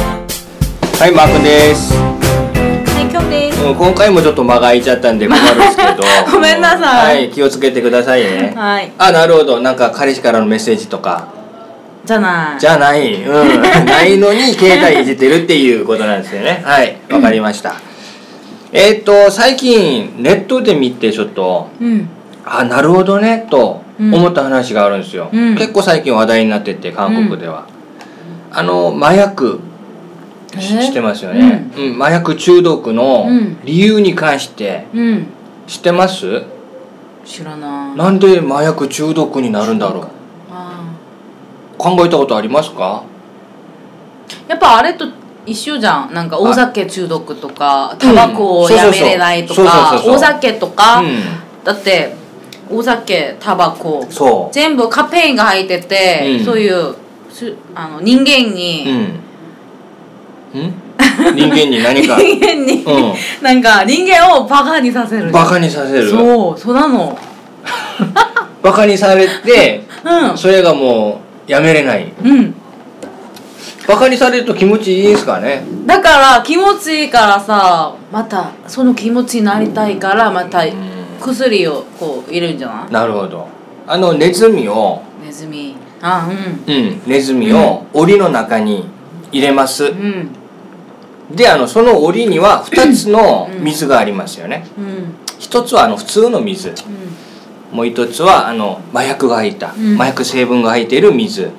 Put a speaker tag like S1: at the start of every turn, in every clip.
S1: はい、マー君です。
S2: はい、今日です。。
S1: うん、今回もちょっと間が空いちゃったんで困るんですけど
S2: ごめんなさい
S1: はい、気をつけてくださいね。
S2: はい
S1: あ、なるほど。なんか彼氏からのメッセージとか。
S2: じゃない。
S1: じゃない。 うん。ないのに携帯いじってるっていうことなんですよね。はい、わかりました。えーっと、最近ネットで見てちょっと、
S2: うん。
S1: あ、なるほどね、と思った話があるんですよ。
S2: うん
S1: 結構最近話題になってて、韓国では。あの、麻薬。し知ってますよね、うん麻薬中毒の
S2: うん
S1: 理由に関して
S2: うん。
S1: 知ってます、
S2: 知らない。
S1: なんで麻薬中毒になるんだろう
S2: あ
S1: 考えたことありますか
S2: ーやっぱあれと一緒じゃん。なんか大酒中毒とか、タバコ
S1: う
S2: を
S1: ん
S2: やめれないと
S1: そうそう
S2: か、
S1: そうそうそうそう
S2: 大酒とか、
S1: うん
S2: だって大酒、タバコ、
S1: そ
S2: 全部カフェインが入ってて、
S1: うん
S2: そういうすあの人間
S1: うう
S2: に、
S1: んん人間に何か
S2: 人間に、
S1: う
S2: なんか人間をバカにさせる。
S1: んバカ
S2: に
S1: にさせる
S2: そう、そうなの。
S1: バカにされて
S2: う
S1: それがもうやめれない
S2: ん。うん。
S1: バカにされると気持ちいいんすかね
S2: だから気持ちいいからさまたその気持ちになりたいからまた薬をこう入れるんじゃな
S1: なるほどあのネズミを
S2: いネズミあうん
S1: うんネズミを檻の中に入れます
S2: うん
S1: であのその檻には2つの水がありますよね
S2: うん
S1: 1つはあの普通の水もう1つはあの麻薬が入った、
S2: うん
S1: 麻薬成分が入っている水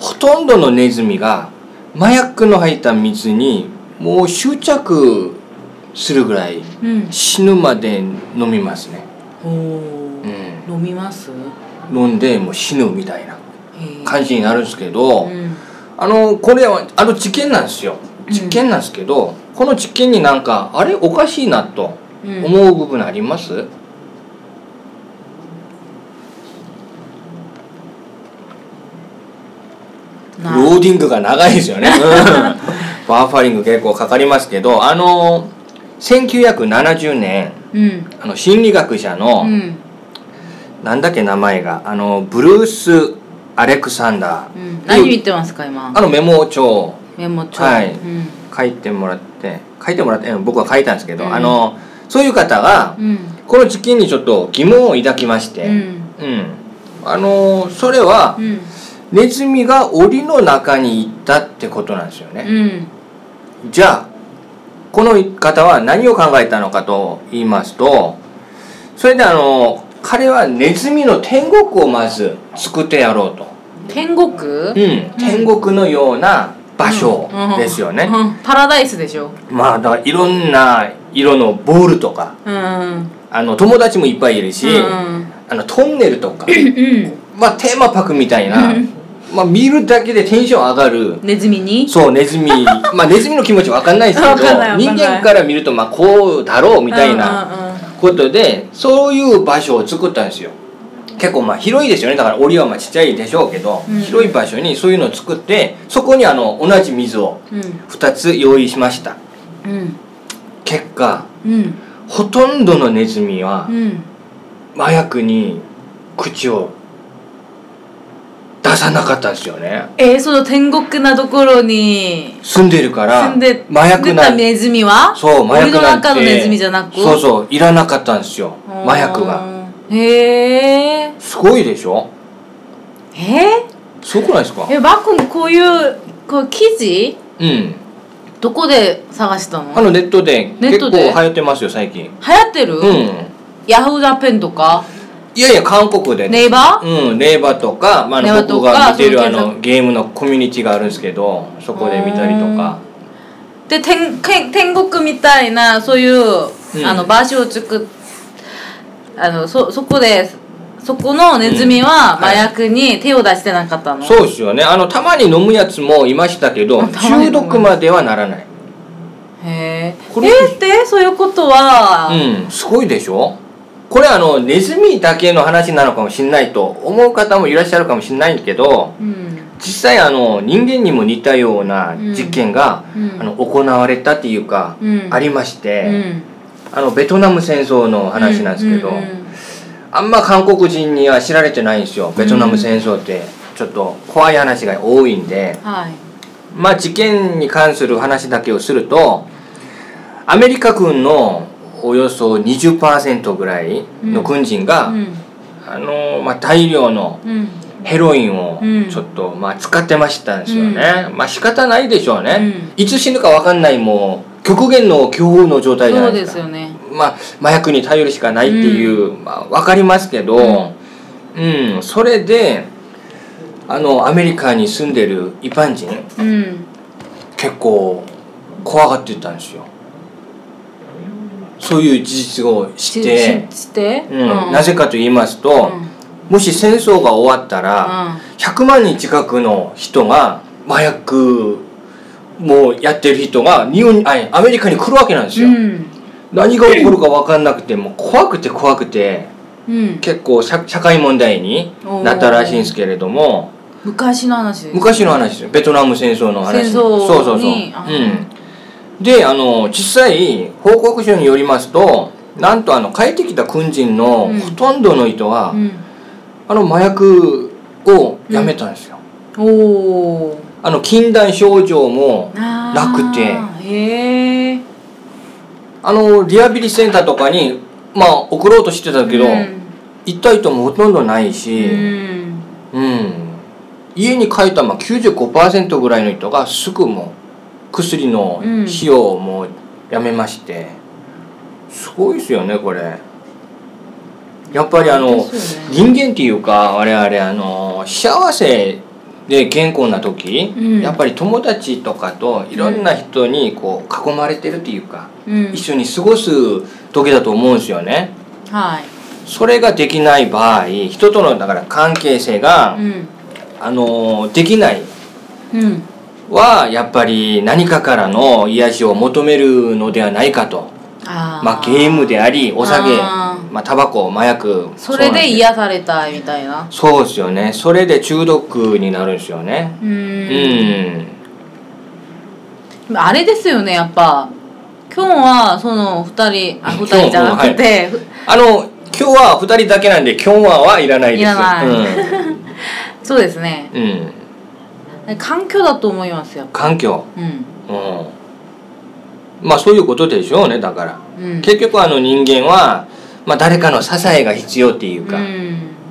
S1: ほとんどのネズミが麻薬の入った水にもう執着するぐらい
S2: うんうん
S1: 死ぬまで飲みますね、
S2: お
S1: う
S2: ー
S1: ん、
S2: 飲みます
S1: 飲んでもう死ぬみたいな
S2: へえ
S1: 感じになるんですけど、
S2: うん
S1: あのこれはあの実験なんですよ
S2: うん
S1: 実験なんですけど、この実験になんかあれおかしいなと
S2: うん
S1: 思う部分あります
S2: な
S1: ローディングが長いです よね。うんバーファリング結構かかりますけど、あの、1970年、
S2: うん
S1: あの心理学者
S2: う
S1: の、
S2: ん
S1: なんだっけ名前が、あの、ブルース・アレクサンダ
S2: う
S1: ー
S2: ん。何見てますか今
S1: あのメモ帳を
S2: メモ帳
S1: はい
S2: うん
S1: 書いてもらって、書いてもらって、うん僕は書いたんですけど、
S2: うん
S1: あの、そういう方が、
S2: うん
S1: この時期にちょっと疑問を抱きまし
S2: う
S1: て、
S2: ん
S1: うん。あの、それは
S2: う、ん
S1: ネズミが檻の中に行ったってことなんですよね。
S2: うん
S1: じゃあこの方は何を考えたのかと言いますとそれであの彼はネズミの天国をまず作ってやろうと、
S2: 天国
S1: うん天国のような場所ですよね、
S2: うんうんパラダイスでしょ
S1: まあだからいろんな色のボールとか
S2: うん
S1: あの友達もいっぱいいるし、
S2: うん
S1: あのトンネルと か
S2: うん
S1: まあテーマパークみたいな、
S2: うん
S1: まあ、見るだけでテンション上がる
S2: ネズミに
S1: そうネ ズミまあネズミの気持ちわかんないですけど
S2: わかんないわかんない
S1: 人間から見るとまあこうだろうみたいな
S2: うんうんうん
S1: ことでそういう場所を作ったんですよ結構まあ広いですよねだから檻はまあちっちゃいでしょうけど、
S2: うん
S1: 広い場所にそういうのを作ってそこにあの同じ水を
S2: うん
S1: 2つ用意しました
S2: うん
S1: 結果
S2: うん
S1: ほとんどのネズミは
S2: うん
S1: 麻薬に口を出さなかったんですよね
S2: えー、その天国なところに
S1: 住んでるから
S2: 住んで
S1: 麻薬
S2: 出
S1: な
S2: たネズミは
S1: そう麻薬
S2: 森の
S1: なんて
S2: 中のネズミじゃなく
S1: そうそういらなかったんですよ
S2: うん
S1: 麻薬が
S2: へー
S1: すごいでしょ
S2: え
S1: すごくないですか
S2: ー、えバックンこういうこう記事
S1: うん
S2: どこで探したの
S1: あ
S2: 流
S1: のネットで
S2: ネッ
S1: 結
S2: ト
S1: 構
S2: で
S1: 流行ってますよ最近
S2: 行ってる、
S1: うん
S2: ヤフージャペンとか
S1: いやいや韓国で
S2: ネイバー
S1: うん、レーバとか、まあ、あ
S2: レバ
S1: の
S2: とか
S1: 僕が見てる
S2: そう
S1: あ
S2: 検索
S1: のゲームのコミュニティがあるんですけどそこで見たりとか
S2: で天天天国みたいなそういう、
S1: うん
S2: あの場所を作っあのそそこでそこのネズミは
S1: うんは
S2: 麻
S1: い
S2: 薬に手を出してなかったの、
S1: そうですよねあのたまに飲むやつもいましたけど
S2: あたまに
S1: 中
S2: 飲む
S1: 毒まではならない
S2: へえ。
S1: これ
S2: えーってそういうことは、
S1: うん、すごいでしょこれあのネズミだけの話なのかもしれないと思う方もいらっしゃるかもしれないけど
S2: うん、
S1: 実際あの人間にも似たような実験が、
S2: うん
S1: あの行われたっていうか、
S2: うん
S1: ありまして、
S2: ん、
S1: あのベトナム戦争の話なんですけど、
S2: うんうん
S1: あんま韓国人には知られてないんですよベトナム戦争って、ちょっと怖い話が多いんで
S2: はい。
S1: まあ事件に関する話だけをするとアメリカ軍のおよそ20%ぐらいの軍人が、
S2: うん
S1: あのまあ、大量の
S2: うん
S1: ヘロインを
S2: うん
S1: ちょっと、まあ、使ってましたんですよね、まあ仕方ないでしょうね、いつ死ぬか分かんないもう極限の恐怖の状態じゃ
S2: そ
S1: な
S2: う
S1: いで
S2: ですす
S1: か
S2: よね
S1: まあ麻薬に頼るしかないっていう、まあ、分かりますけど、うん、それであのアメリカに住んでる一般人
S2: うん
S1: 結構怖がってたんですよそういう事実を知って、
S2: しして
S1: うん、なぜかと言いますと、
S2: うん
S1: もし戦争が終わったら、100万人近くの人が麻薬もうやってる人が日本にあアメリカに来るわけなんです
S2: う
S1: よ、
S2: ん
S1: 何が起こるか分かんなくてもう怖くて怖くて
S2: うん
S1: 結構社社会問題になったらしいんですけれども
S2: 昔の話です
S1: 昔の話ですよベトナム戦争の話
S2: 戦争に
S1: そうそうそう、う
S2: あ
S1: ん、であの実際報告書によりますとなんとあの帰ってきた軍人の
S2: うん
S1: ほとんどの人は、
S2: うん
S1: あの麻薬をやめたんですよ、
S2: おお
S1: あの禁断症状も
S2: な
S1: くて
S2: へえ
S1: あのリハビリセンターとかにまあ送ろうとしてたけど、
S2: うん
S1: 行った人もほとんどないし、
S2: うん
S1: うん家に帰ったまあ95%ぐらいの人がすぐもう薬の使用をもうやめまして、すごいですよねこれやっぱりあの
S2: ですよね
S1: 人間っていうか我々あの幸せで健康な時、
S2: うん
S1: やっぱり友達とかといろんな人にこう囲まれてるっていうか、
S2: うん
S1: 一緒に過ごす時だと思うんですよね
S2: はい
S1: それができない場合人とのだから関係性が、
S2: うん
S1: あのできない
S2: うん
S1: はやっぱり何かからの癒しを求めるのではないかと
S2: あー
S1: まあゲームでありお酒
S2: あー
S1: まあタバコ麻薬
S2: それ
S1: うなんす
S2: で
S1: よ
S2: 癒されたいみたいな
S1: そうですよねそれで中毒になるんですよね
S2: う
S1: うんん
S2: あれですよねやっぱ今日はその2人あ
S1: うん
S2: 二人じゃなくて、
S1: あの今日は2人だけなんで今日ははいらないです
S2: いらない
S1: うん
S2: そうですね
S1: うん、
S2: 環境だと思いますよ
S1: 環境
S2: うん
S1: うん、まあそういうことでしょうねだから、
S2: うん
S1: 結局あの人間は、まあ、誰かの支えが必要っていうか、
S2: う
S1: う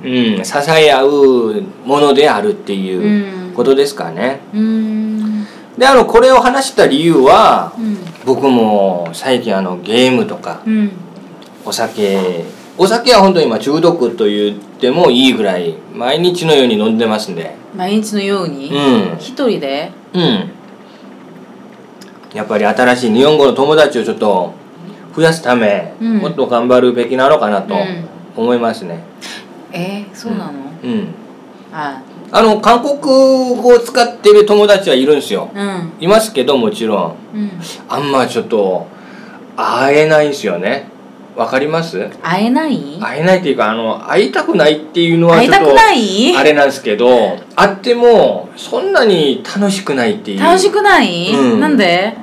S1: ん
S2: ん
S1: 支え合うものであるっていううんことですかね、
S2: うん
S1: であのこれを話した理由は
S2: うん
S1: 僕も最近あのゲームとか
S2: うん
S1: お酒お酒は本当に今中毒と言ってもいいぐらい毎日のように飲んでますんで
S2: 毎日のように、
S1: うん
S2: 一人で
S1: うんやっぱり新しい日本語の友達をちょっと増やすため、
S2: うん
S1: もっと頑張るべきなのかなと
S2: うん
S1: 思いますね。
S2: えー、そうなの、
S1: うん、
S2: あ
S1: あの韓国語を使ってる友達はいるんですよ。
S2: うん
S1: いますけどもちろん
S2: うん
S1: あんまちょっと会えないんですよね。わかります？
S2: 会えない
S1: 会えないっていうかあの会いたくないっていうのは
S2: 会
S1: ちょ
S2: い
S1: った
S2: く
S1: と
S2: ない
S1: あれなんですけど、会ってもそんなに楽しくないっていう。
S2: 楽しくない、
S1: うん
S2: なんで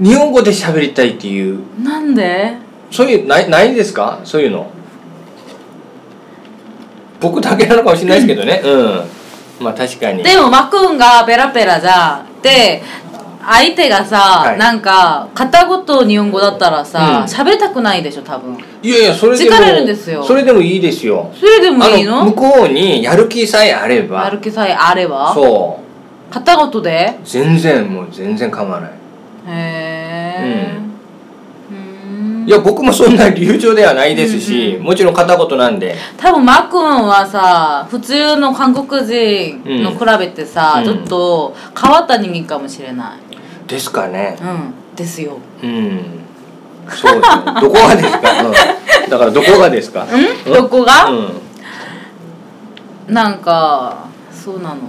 S1: 日本語で喋りたいっていう
S2: なんで
S1: そういうないないんですかそういうの僕だけなのかもしれないですけどねうんまあ確かに
S2: でもマックンがペラペラじゃんで相手がさ、
S1: い
S2: なんか片言日本語だったらさ
S1: うん
S2: 喋、りたくないでしょ多分
S1: いやいやそれでも
S2: 疲れるんですよ
S1: それでもいいですよ
S2: それでもいい
S1: あの向
S2: の
S1: こうにやる気さえあれば
S2: 歩きさえあれば
S1: そう
S2: 片言で
S1: 全然もう全然構わない
S2: へえうん
S1: いや僕もそんな流暢ではないですし、
S2: うんう
S1: もちろん片言なんで
S2: 多分マックンはさ普通の韓国人の比べてさ、
S1: うん
S2: ちょっと変わった人間かもしれない
S1: ですかね
S2: うんですよ
S1: うんそうですねどこがですか、うん、だからどこがですか
S2: んどこが、
S1: うん
S2: なんかそうなの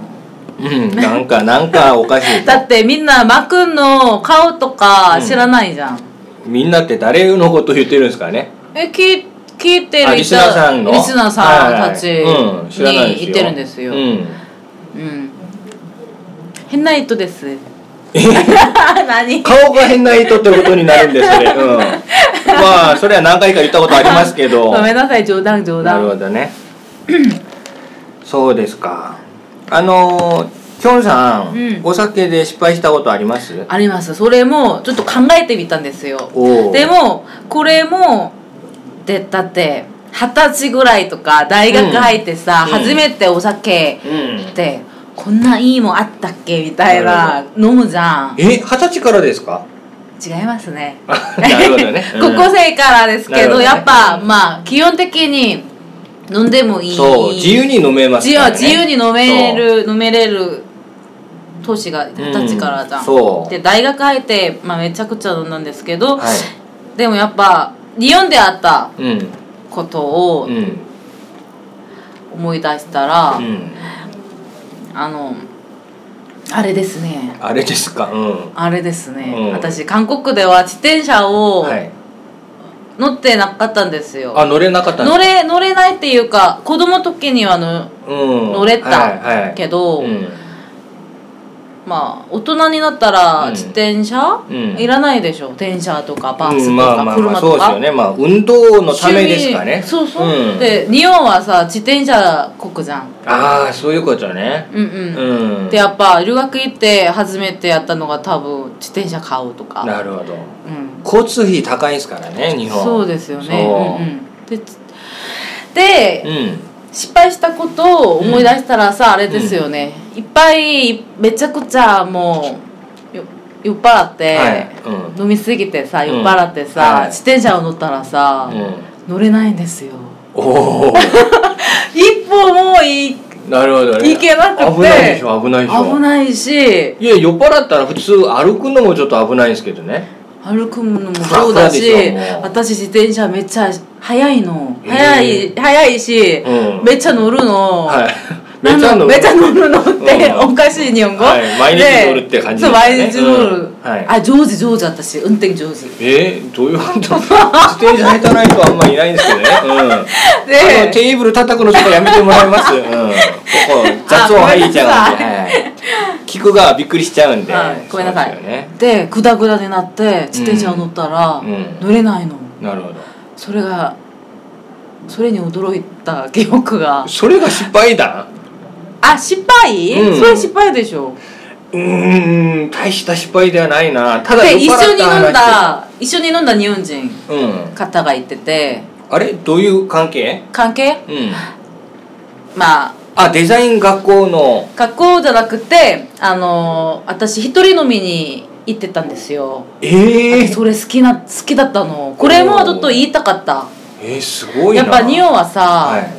S1: うん、なんかなんかおかしい
S2: だってみんなマックンの顔とか知らないじゃん、
S1: みんなって誰のこと言ってるんですかね
S2: え聞い聞いて
S1: あ
S2: る
S1: リスナーさんの
S2: リスナーさんたち
S1: はいうん、知らないですよ
S2: に言ってるんですよ、
S1: う
S2: うん
S1: ん、
S2: 変な人です 何
S1: 顔が変な人ってことになるんです ね、うん、まあそれは何回か言ったことありますけど
S2: ごめんなさい冗談冗
S1: なる
S2: 談
S1: ほどねそうですかあのーきょんさん、
S2: うん
S1: お酒で失敗したことあります
S2: ありますそれもちょっと考えてみたんですよ
S1: おー
S2: でもこれもでだって二十歳ぐらいとか大学入ってさ、
S1: うん
S2: 初めてお酒
S1: うん
S2: って、こんないいもんあったっけみたい
S1: な
S2: な飲むじゃん
S1: え二十歳からですか
S2: 違いますね
S1: あなるほ どね
S2: 高校生からです
S1: な
S2: け
S1: るほ
S2: ど
S1: どね
S2: やっぱまあ基本的に飲んでもいい
S1: そう自由に飲めます
S2: 自
S1: か
S2: 由
S1: ら、ね、
S2: 自由に飲める飲めれる年が二十歳からじゃん、
S1: うんそう
S2: で大学入って、まあ、めちゃくちゃ飲んだんですけど、
S1: そうはい
S2: でもやっぱ日本であった
S1: うん
S2: ことを
S1: うん
S2: 思い出したら、
S1: うん
S2: あのあれですね
S1: あれですかうん
S2: あれですね、
S1: うん
S2: 私韓国では自転車を
S1: はい
S2: 乗ってなかったんですよ、
S1: あ乗れなかったん
S2: 乗れ乗れないっていうか子供の時にはの
S1: うん
S2: 乗れ
S1: はいは
S2: た
S1: い
S2: けど、
S1: うん
S2: まあ大人になったら
S1: うん
S2: 自転車、
S1: うん
S2: いらないでしょ電車とかバス
S1: う
S2: と
S1: んまあま
S2: か
S1: あま
S2: 車
S1: あそ
S2: と
S1: うです
S2: か、
S1: よねまあ運動のためですかね
S2: そうそう、
S1: ん、
S2: で日本はさ自転車国じゃん
S1: ああそういうことね
S2: うんうん、
S1: うん
S2: でやっぱ留学行って初めてやったのが多分自転車買うとか、
S1: なるほど
S2: うん、
S1: 交通費高いですからね日本
S2: そうですよ
S1: そ
S2: ねうんうんでつで
S1: ううん
S2: 失敗したことを思い出したらさ、あれですよね、いっぱいめちゃくちゃもうよ酔っ払って、
S1: はい
S2: 飲みすぎてさ
S1: うん
S2: 酔っ払ってさ、
S1: はい
S2: 自転車を乗ったらさ、
S1: うん、うん、
S2: 乗れないんですよ
S1: おお
S2: 一歩もい
S1: なるほどね
S2: いけなくて
S1: 危ないでしょ危ないでしょ
S2: 危ないし
S1: いや酔っ払ったら普通歩くのもちょっと危ないんですけどね
S2: 歩くのもそうだし
S1: そうでしょもう
S2: 私自転車めっちゃ速いの
S1: えー
S2: 速い速いし、
S1: うん
S2: めっちゃ乗るの、
S1: はい
S2: あ
S1: め
S2: の
S1: ちゃ乗る
S2: めっちゃ乗るのって、
S1: うん
S2: おかしい日本語、
S1: はい毎日
S2: で
S1: 乗るって感じ
S2: そう
S1: ですよね
S2: 毎日乗る、
S1: うんはい
S2: あ上手上手私運転上手
S1: え
S2: で
S1: ー、どういうこと自転車下手な人はあんまいないんですけどね、うん、 あのテーブル叩くのちょっとやめてもらい ます、うん、ここ雑音入っちゃうんで、
S2: あ
S1: はい、聞く側びっくりしちゃうんで、
S2: はいごめんなさい
S1: そうですよね
S2: でグダグダになって自転車を乗ったら、
S1: うん
S2: 乗れないの
S1: なるほど
S2: それがそれに驚いた記憶が
S1: それが失敗だ
S2: あ失敗、
S1: うん
S2: それ失敗でしょ
S1: うーん大した失敗ではないなただ
S2: で一
S1: 酔っ
S2: 緒
S1: 払っ
S2: に
S1: た
S2: 飲ん
S1: 話
S2: だ一緒に飲んだ日本人
S1: うん
S2: 方がいてて
S1: あれどういう関係
S2: 関係
S1: うん
S2: まあ
S1: あデザイン学校の
S2: 学校じゃなくてあの私一人飲みに行ってたんですよ
S1: ええー、
S2: それ好きな好きだったのこれもちょっと言いたかった
S1: えー、すごいな
S2: やっぱ日本はさ、
S1: はい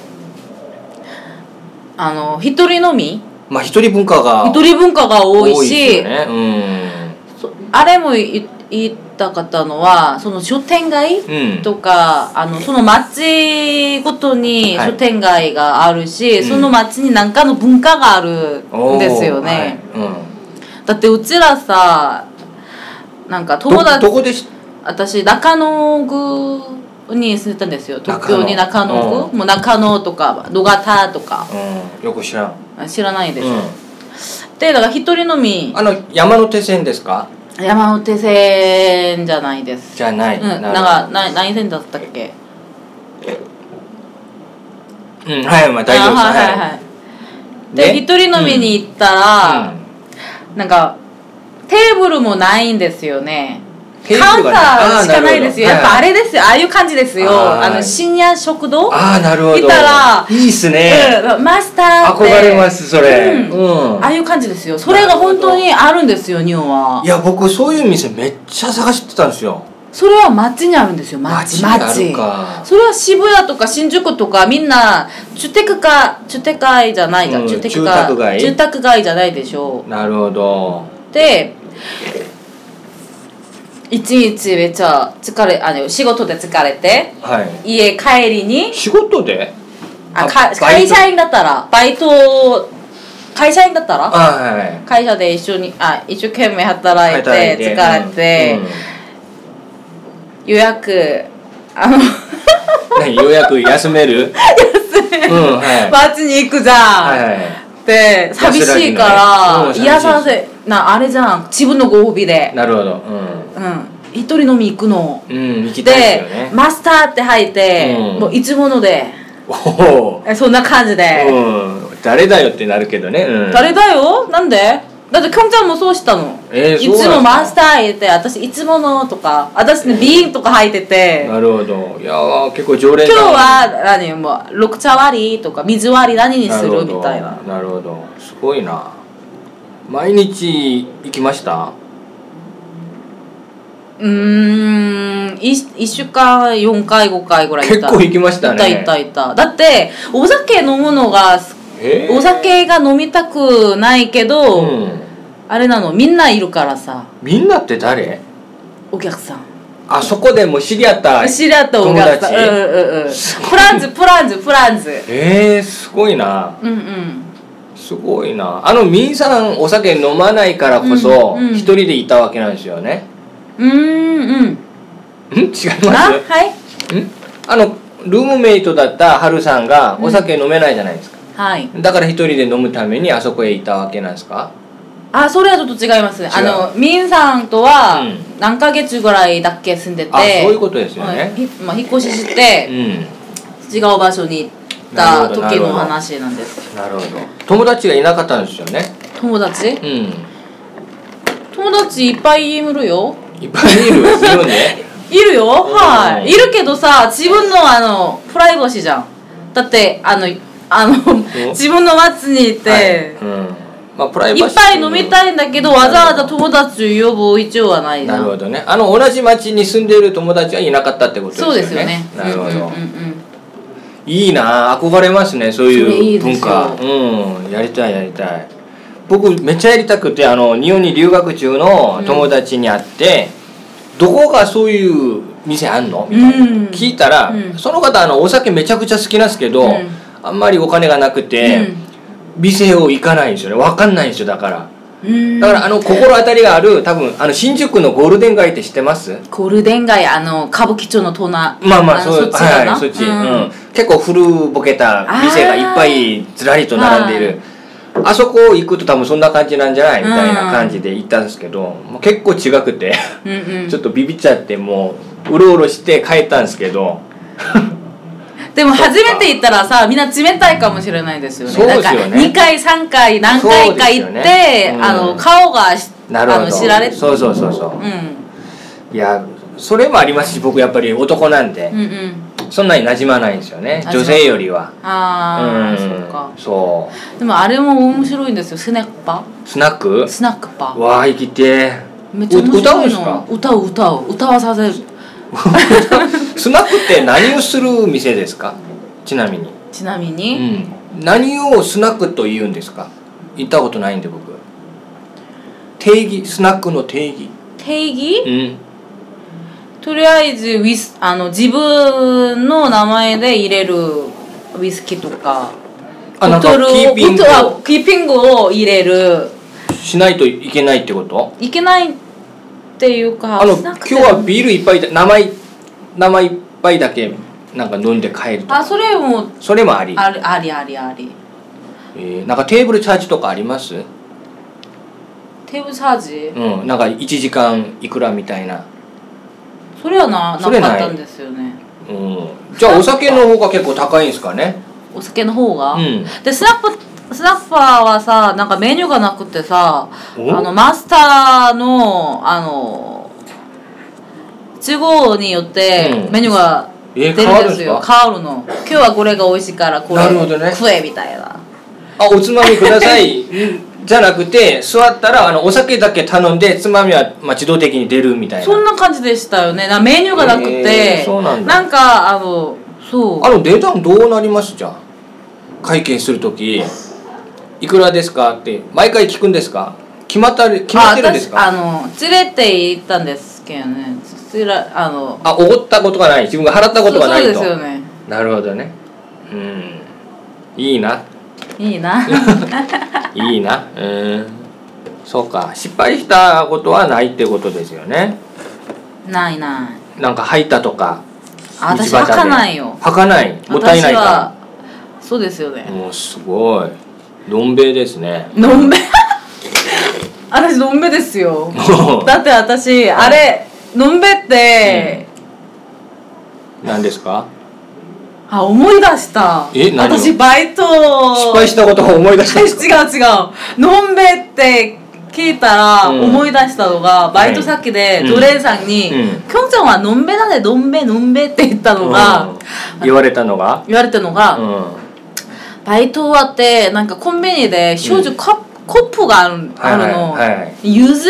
S2: あの一人飲み
S1: まあ一人文化が
S2: 一人文化が多いし
S1: ですよねうん
S2: そあれもい言ったかったのはその商店街、
S1: うん
S2: とかあのその町ごとに
S1: はい
S2: 商店街があるし、
S1: うん
S2: その町に何かの文化があるんですよね、
S1: おーはい
S2: だってうちらさなんか
S1: うん、
S2: 友達
S1: どどこでし
S2: 私中野区に住んでたんですよ東京に中
S1: 中
S2: 野
S1: 野
S2: 区、もう中野とか野方とか
S1: うんよく知らん、
S2: 知らないでし
S1: う
S2: ょ、
S1: ん、
S2: でだから一人のみ
S1: あの山手線ですか
S2: 山手線じゃないです
S1: じゃない、
S2: うん、なん
S1: るほど
S2: かな何線だったっけ
S1: うんはいまあ大丈夫です
S2: あはいはいはいで
S1: ね
S2: 一人飲みに行ったら、なんかテーブルもないんですよね
S1: テー
S2: カウ
S1: ブ
S2: ン
S1: ルがない
S2: ターしかないですよ
S1: あー
S2: やっぱあ
S1: な
S2: れですよああいう感じですよ
S1: あー
S2: あの深夜食堂
S1: ああなるほど
S2: 見たら
S1: いいっすね、
S2: うんマスターって
S1: 憧れますそれ
S2: うん
S1: うん
S2: ああいう感じですよそれが本当にあるんですよ日本はい
S1: や僕そういう店めっちゃ探してたんですよ
S2: それは街にあるんですよ街
S1: 街にあるか
S2: それは渋谷とか新宿とかみんな住宅か住宅街じゃないじゃん、
S1: うん
S2: 住宅
S1: 住宅街
S2: 住宅街じゃないでしょ
S1: なるほど
S2: で一日めっちゃ疲れあの仕事で疲れて
S1: はい
S2: 家帰りに
S1: 仕事で
S2: あ
S1: あ
S2: か
S1: バイ
S2: 会
S1: ト
S2: 社員だったらバイト会社員だったら
S1: あはい
S2: 会社で一緒にあ一生懸命働いて
S1: 働い
S2: 疲れて、
S1: うんうん
S2: 予約あ の
S1: 何ようやく休め る休めるうんはい
S2: バーチに行くじゃん、
S1: はいはい
S2: で寂しいか
S1: 安らぎの
S2: ら
S1: ねうん
S2: 癒させなあれじゃん自分のご褒美で、
S1: なるほど
S2: うん、一人飲み行くの
S1: うんうん行きたい
S2: で
S1: ですよね
S2: マスターって入って、
S1: うん
S2: もういつもので
S1: おお
S2: えそんな感じで、
S1: うん誰だよってなるけどね、うん、
S2: 誰だよなんでだってきょんちゃんもそうしたの、
S1: えー
S2: い
S1: そう
S2: つ
S1: な
S2: も
S1: んだ
S2: マスター入れて私いつものとか私ねビーンとか入ってて
S1: なるほどいやー結構常連
S2: 今
S1: だ
S2: 日は何もう緑茶割りとか水割り何にするみたいな
S1: なるほどるほどすごいな毎日行きました
S2: うーんい1週間4回5回ぐらい
S1: 結構行きましたね
S2: いたいたいただってお酒飲むのがす
S1: えー
S2: お酒が飲みたくないけど、
S1: うん
S2: あれなのみんないるからさ
S1: みんなって誰
S2: お客さん
S1: あそこでもう知り合った
S2: 知り合ったお客さ
S1: 友達
S2: んうんうんうんプランズプランズプランズ
S1: えー、すごいな
S2: うんうん
S1: すごいなあのみンさんお酒飲まないからこそ
S2: うんうん
S1: 一人でいたわけなんですよね、
S2: うーん うん
S1: ん違います
S2: あはい
S1: んあのルームメイトだったハルさんがお酒飲めないじゃないですか、
S2: はい
S1: だから一人で飲むためにあそこへいたわけなんですか
S2: あそれはちょっと違いますねあ
S1: 違う
S2: のミンさんとは
S1: うん
S2: 何ヶ月ぐらいだっけ住んでて
S1: あそういうことですよ
S2: はい
S1: ね
S2: ひまあ、引っ越しし
S1: う
S2: て
S1: ん
S2: 違う場所に行った時の話なんです
S1: なるほど友達がいなかったんですよね
S2: 友達
S1: うん
S2: 友達いっぱいいるよ
S1: いっぱいいる日本 で
S2: いるよは
S1: うん
S2: いいるけどさ自分のあのプライバシーじゃんだってあのあの自分の街にいて、
S1: はいうんまあプライ
S2: い
S1: バ
S2: っ
S1: シ
S2: ぱい
S1: ー
S2: 飲みたいんだけどわざわざ友達を呼ぶ必要はないじゃ
S1: なんるほどねあの同じ町に住んでいる友達はいなかったってことですよ
S2: そう
S1: ね
S2: ですよね
S1: なるほど、
S2: うんうんうん
S1: いいなあ憧れますねそう
S2: それい
S1: い
S2: いうですよ
S1: 文化うんやりたいやりたい僕めっちゃやりたくてあの日本に留学中の友達に会って、どこがそういう店あんのみたいな、
S2: うん
S1: 聞いたら、
S2: うん
S1: その方あのお酒めちゃくちゃ好きなんですけど、
S2: うん
S1: あんまりお金がなくて、店を行かないんですよねわかんないんですよだから
S2: うんうん
S1: だからあの心当たりがある多分あの新宿のゴールデン街って知ってます
S2: ゴールデン街あの歌舞伎町のトナ
S1: まあまあ
S2: の
S1: そう
S2: そっちだな、
S1: はい、そっち、うん
S2: うん
S1: 結構古ぼけた店がいっぱいずらりと並んでいるあそこ行くと多分そんな感じなんじゃないみたいな感じで行ったんですけど、もう結構違くて
S2: うんうん
S1: ちょっとビビっちゃってもううろうろして帰ったんですけど
S2: でも初めて行ったらさみんな冷たいかもしれないですよね
S1: そうですよね
S2: なんか2回3回何回か行
S1: そう
S2: って、
S1: ですよねうん
S2: あの顔がし
S1: なるほ
S2: あ
S1: ど
S2: の知られて、
S1: そうそうそうそううん
S2: う
S1: いやそれもありますし僕やっぱり男なんで、
S2: んうん
S1: そんなに馴染まないんですよね
S2: 馴染まない
S1: 女性よりは
S2: ああ、
S1: うん
S2: そうか
S1: そ
S2: でもあれも面白いんですよスナックパ
S1: うスナック
S2: スナックパ
S1: わあ生きて
S2: めっちゃ面
S1: 歌うん
S2: 白い
S1: ですか
S2: の歌う歌う歌わさせる
S1: スナックって何をする店ですかちなみに、
S2: ちなみ
S1: う
S2: に、
S1: ん、何をスナックと言うんですか行ったことないんで僕定義スナックの定義
S2: 定義、
S1: うん
S2: とりあえずウィスあの自分の名前で入れるウイスキーとか
S1: あなんか
S2: ボトルを
S1: キーピング
S2: ボトルはキーピングを入れる
S1: しないといけないってこと
S2: いけないっていうか
S1: あの
S2: し
S1: 今
S2: なく
S1: 日
S2: て
S1: はビールいっぱいだ名前名前いっぱいだけなんか飲んで帰ると
S2: あそれも
S1: それもあり
S2: ありありありあり
S1: えーなんかテーブルチャージとかあります
S2: テーブルサージ
S1: うんなんか1時間いくらみたいな
S2: それはな
S1: そ
S2: な
S1: れない
S2: かったんですよね
S1: うんじゃあお酒の方が結構高いんですかね
S2: お酒の方が、
S1: うん
S2: でスナップスナッパーはさなんかメニューがなくてさあ
S1: お
S2: のマスターのあの中央によって
S1: うん
S2: メニューが
S1: え
S2: 出る
S1: ー
S2: んですよ、
S1: 変
S2: 変わるの今日はこれが美味しいからこれ
S1: なるほどね
S2: 食えみたいな
S1: あおつまみください うんじゃなくて座ったらあのお酒だけ頼んでつまみは、まあ、自動的に出るみたい
S2: そん
S1: な
S2: な感じでしたよねなメニューがなくて、
S1: えーそうなんだ
S2: かあのそう
S1: あの値段どうなりますじゃあ会計する時いくらですかって毎回聞くんですか決まったり決まってるんです
S2: あ
S1: か
S2: 私あの連れて行ったんですけどねつらあの
S1: あおごったことがない自分が払ったことがないと
S2: そうそうですよね
S1: なるほどねうんいいない
S2: いな
S1: いいなうんそうか失敗したことはないってことですよね
S2: ないない
S1: なんか吐いたとか
S2: あ私
S1: 道端で
S2: 履かないよ
S1: 吐かないもったいない
S2: 私
S1: か
S2: はそうですよ
S1: ら
S2: ね
S1: もうすごいのんべいですね
S2: のんべ 私のんべですよだって私あれのんべって、
S1: 何ですか
S2: あ思い出した
S1: え何を
S2: 私バイト
S1: 失敗したことを思い出したんですか
S2: 違う違うのんべえって聞いたら
S1: うん
S2: 思い出したのが、バイト先で
S1: うん
S2: 奴隷さんに
S1: うん
S2: 「きょんちゃんはのんべえだねのんべえのんべえ」って言ったのが
S1: うん言われたのが、
S2: 言われたの
S1: う
S2: が、
S1: ん、
S2: バイト終わってなんかコンビニで焼酎カップ、コップがあるあるの、
S1: はいはいはい
S2: 柚子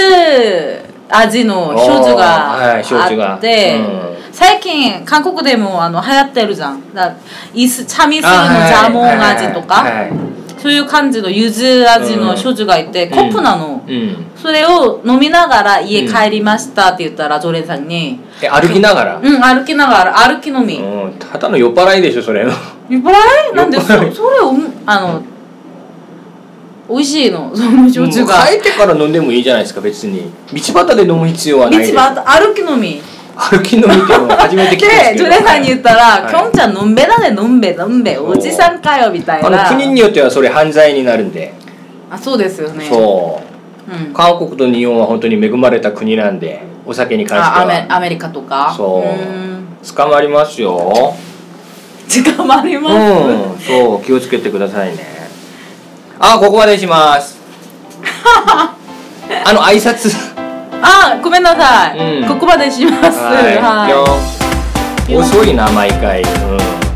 S2: 味の焼酎が
S1: おーはい焼酎が
S2: あって、
S1: う
S2: 最近韓国でもあの流行ってるじゃんだイスチャミスルのジャモン味
S1: は
S2: と
S1: い
S2: か
S1: はいはい
S2: そういう感じの柚子味の焼酎がいて、コップなの、
S1: うん、
S2: それを飲みながら家帰りましたって言ったら常連さんに
S1: え歩きなが
S2: 「
S1: ら、
S2: うん歩きながら歩き飲み」
S1: うん、ただの酔っ払いでしょそれの
S2: 酔っ払いなんで
S1: 酔っ
S2: そ
S1: 払い
S2: それをあの美味しいの その焼酎が
S1: もう帰ってから飲んでもいいじゃないですか別に道端で飲む必要は
S2: 道
S1: ないで
S2: 端
S1: す
S2: 歩きのみ
S1: 歩き飲みっていうのを初めて聞いたんですけ
S2: でジ
S1: ど
S2: ョレさんに言ったら「
S1: はい
S2: きょんちゃんのんべだねのんべのんべ
S1: そう
S2: おじさんかよ」みたい
S1: あ
S2: な
S1: の国によってはそれ犯罪になるんで、
S2: あそうですよね
S1: そう
S2: うん
S1: 韓国と日本は本当に恵まれた国なんでお酒に関して
S2: あアメ
S1: は
S2: アメリカとか
S1: そう
S2: うん
S1: 捕まりますよ
S2: 時間もあります、
S1: うんそう気をつけてくださいねあここまでにします あの挨拶
S2: あごめんなさい、
S1: うん
S2: ここまでしますはい
S1: よ遅いな毎回うん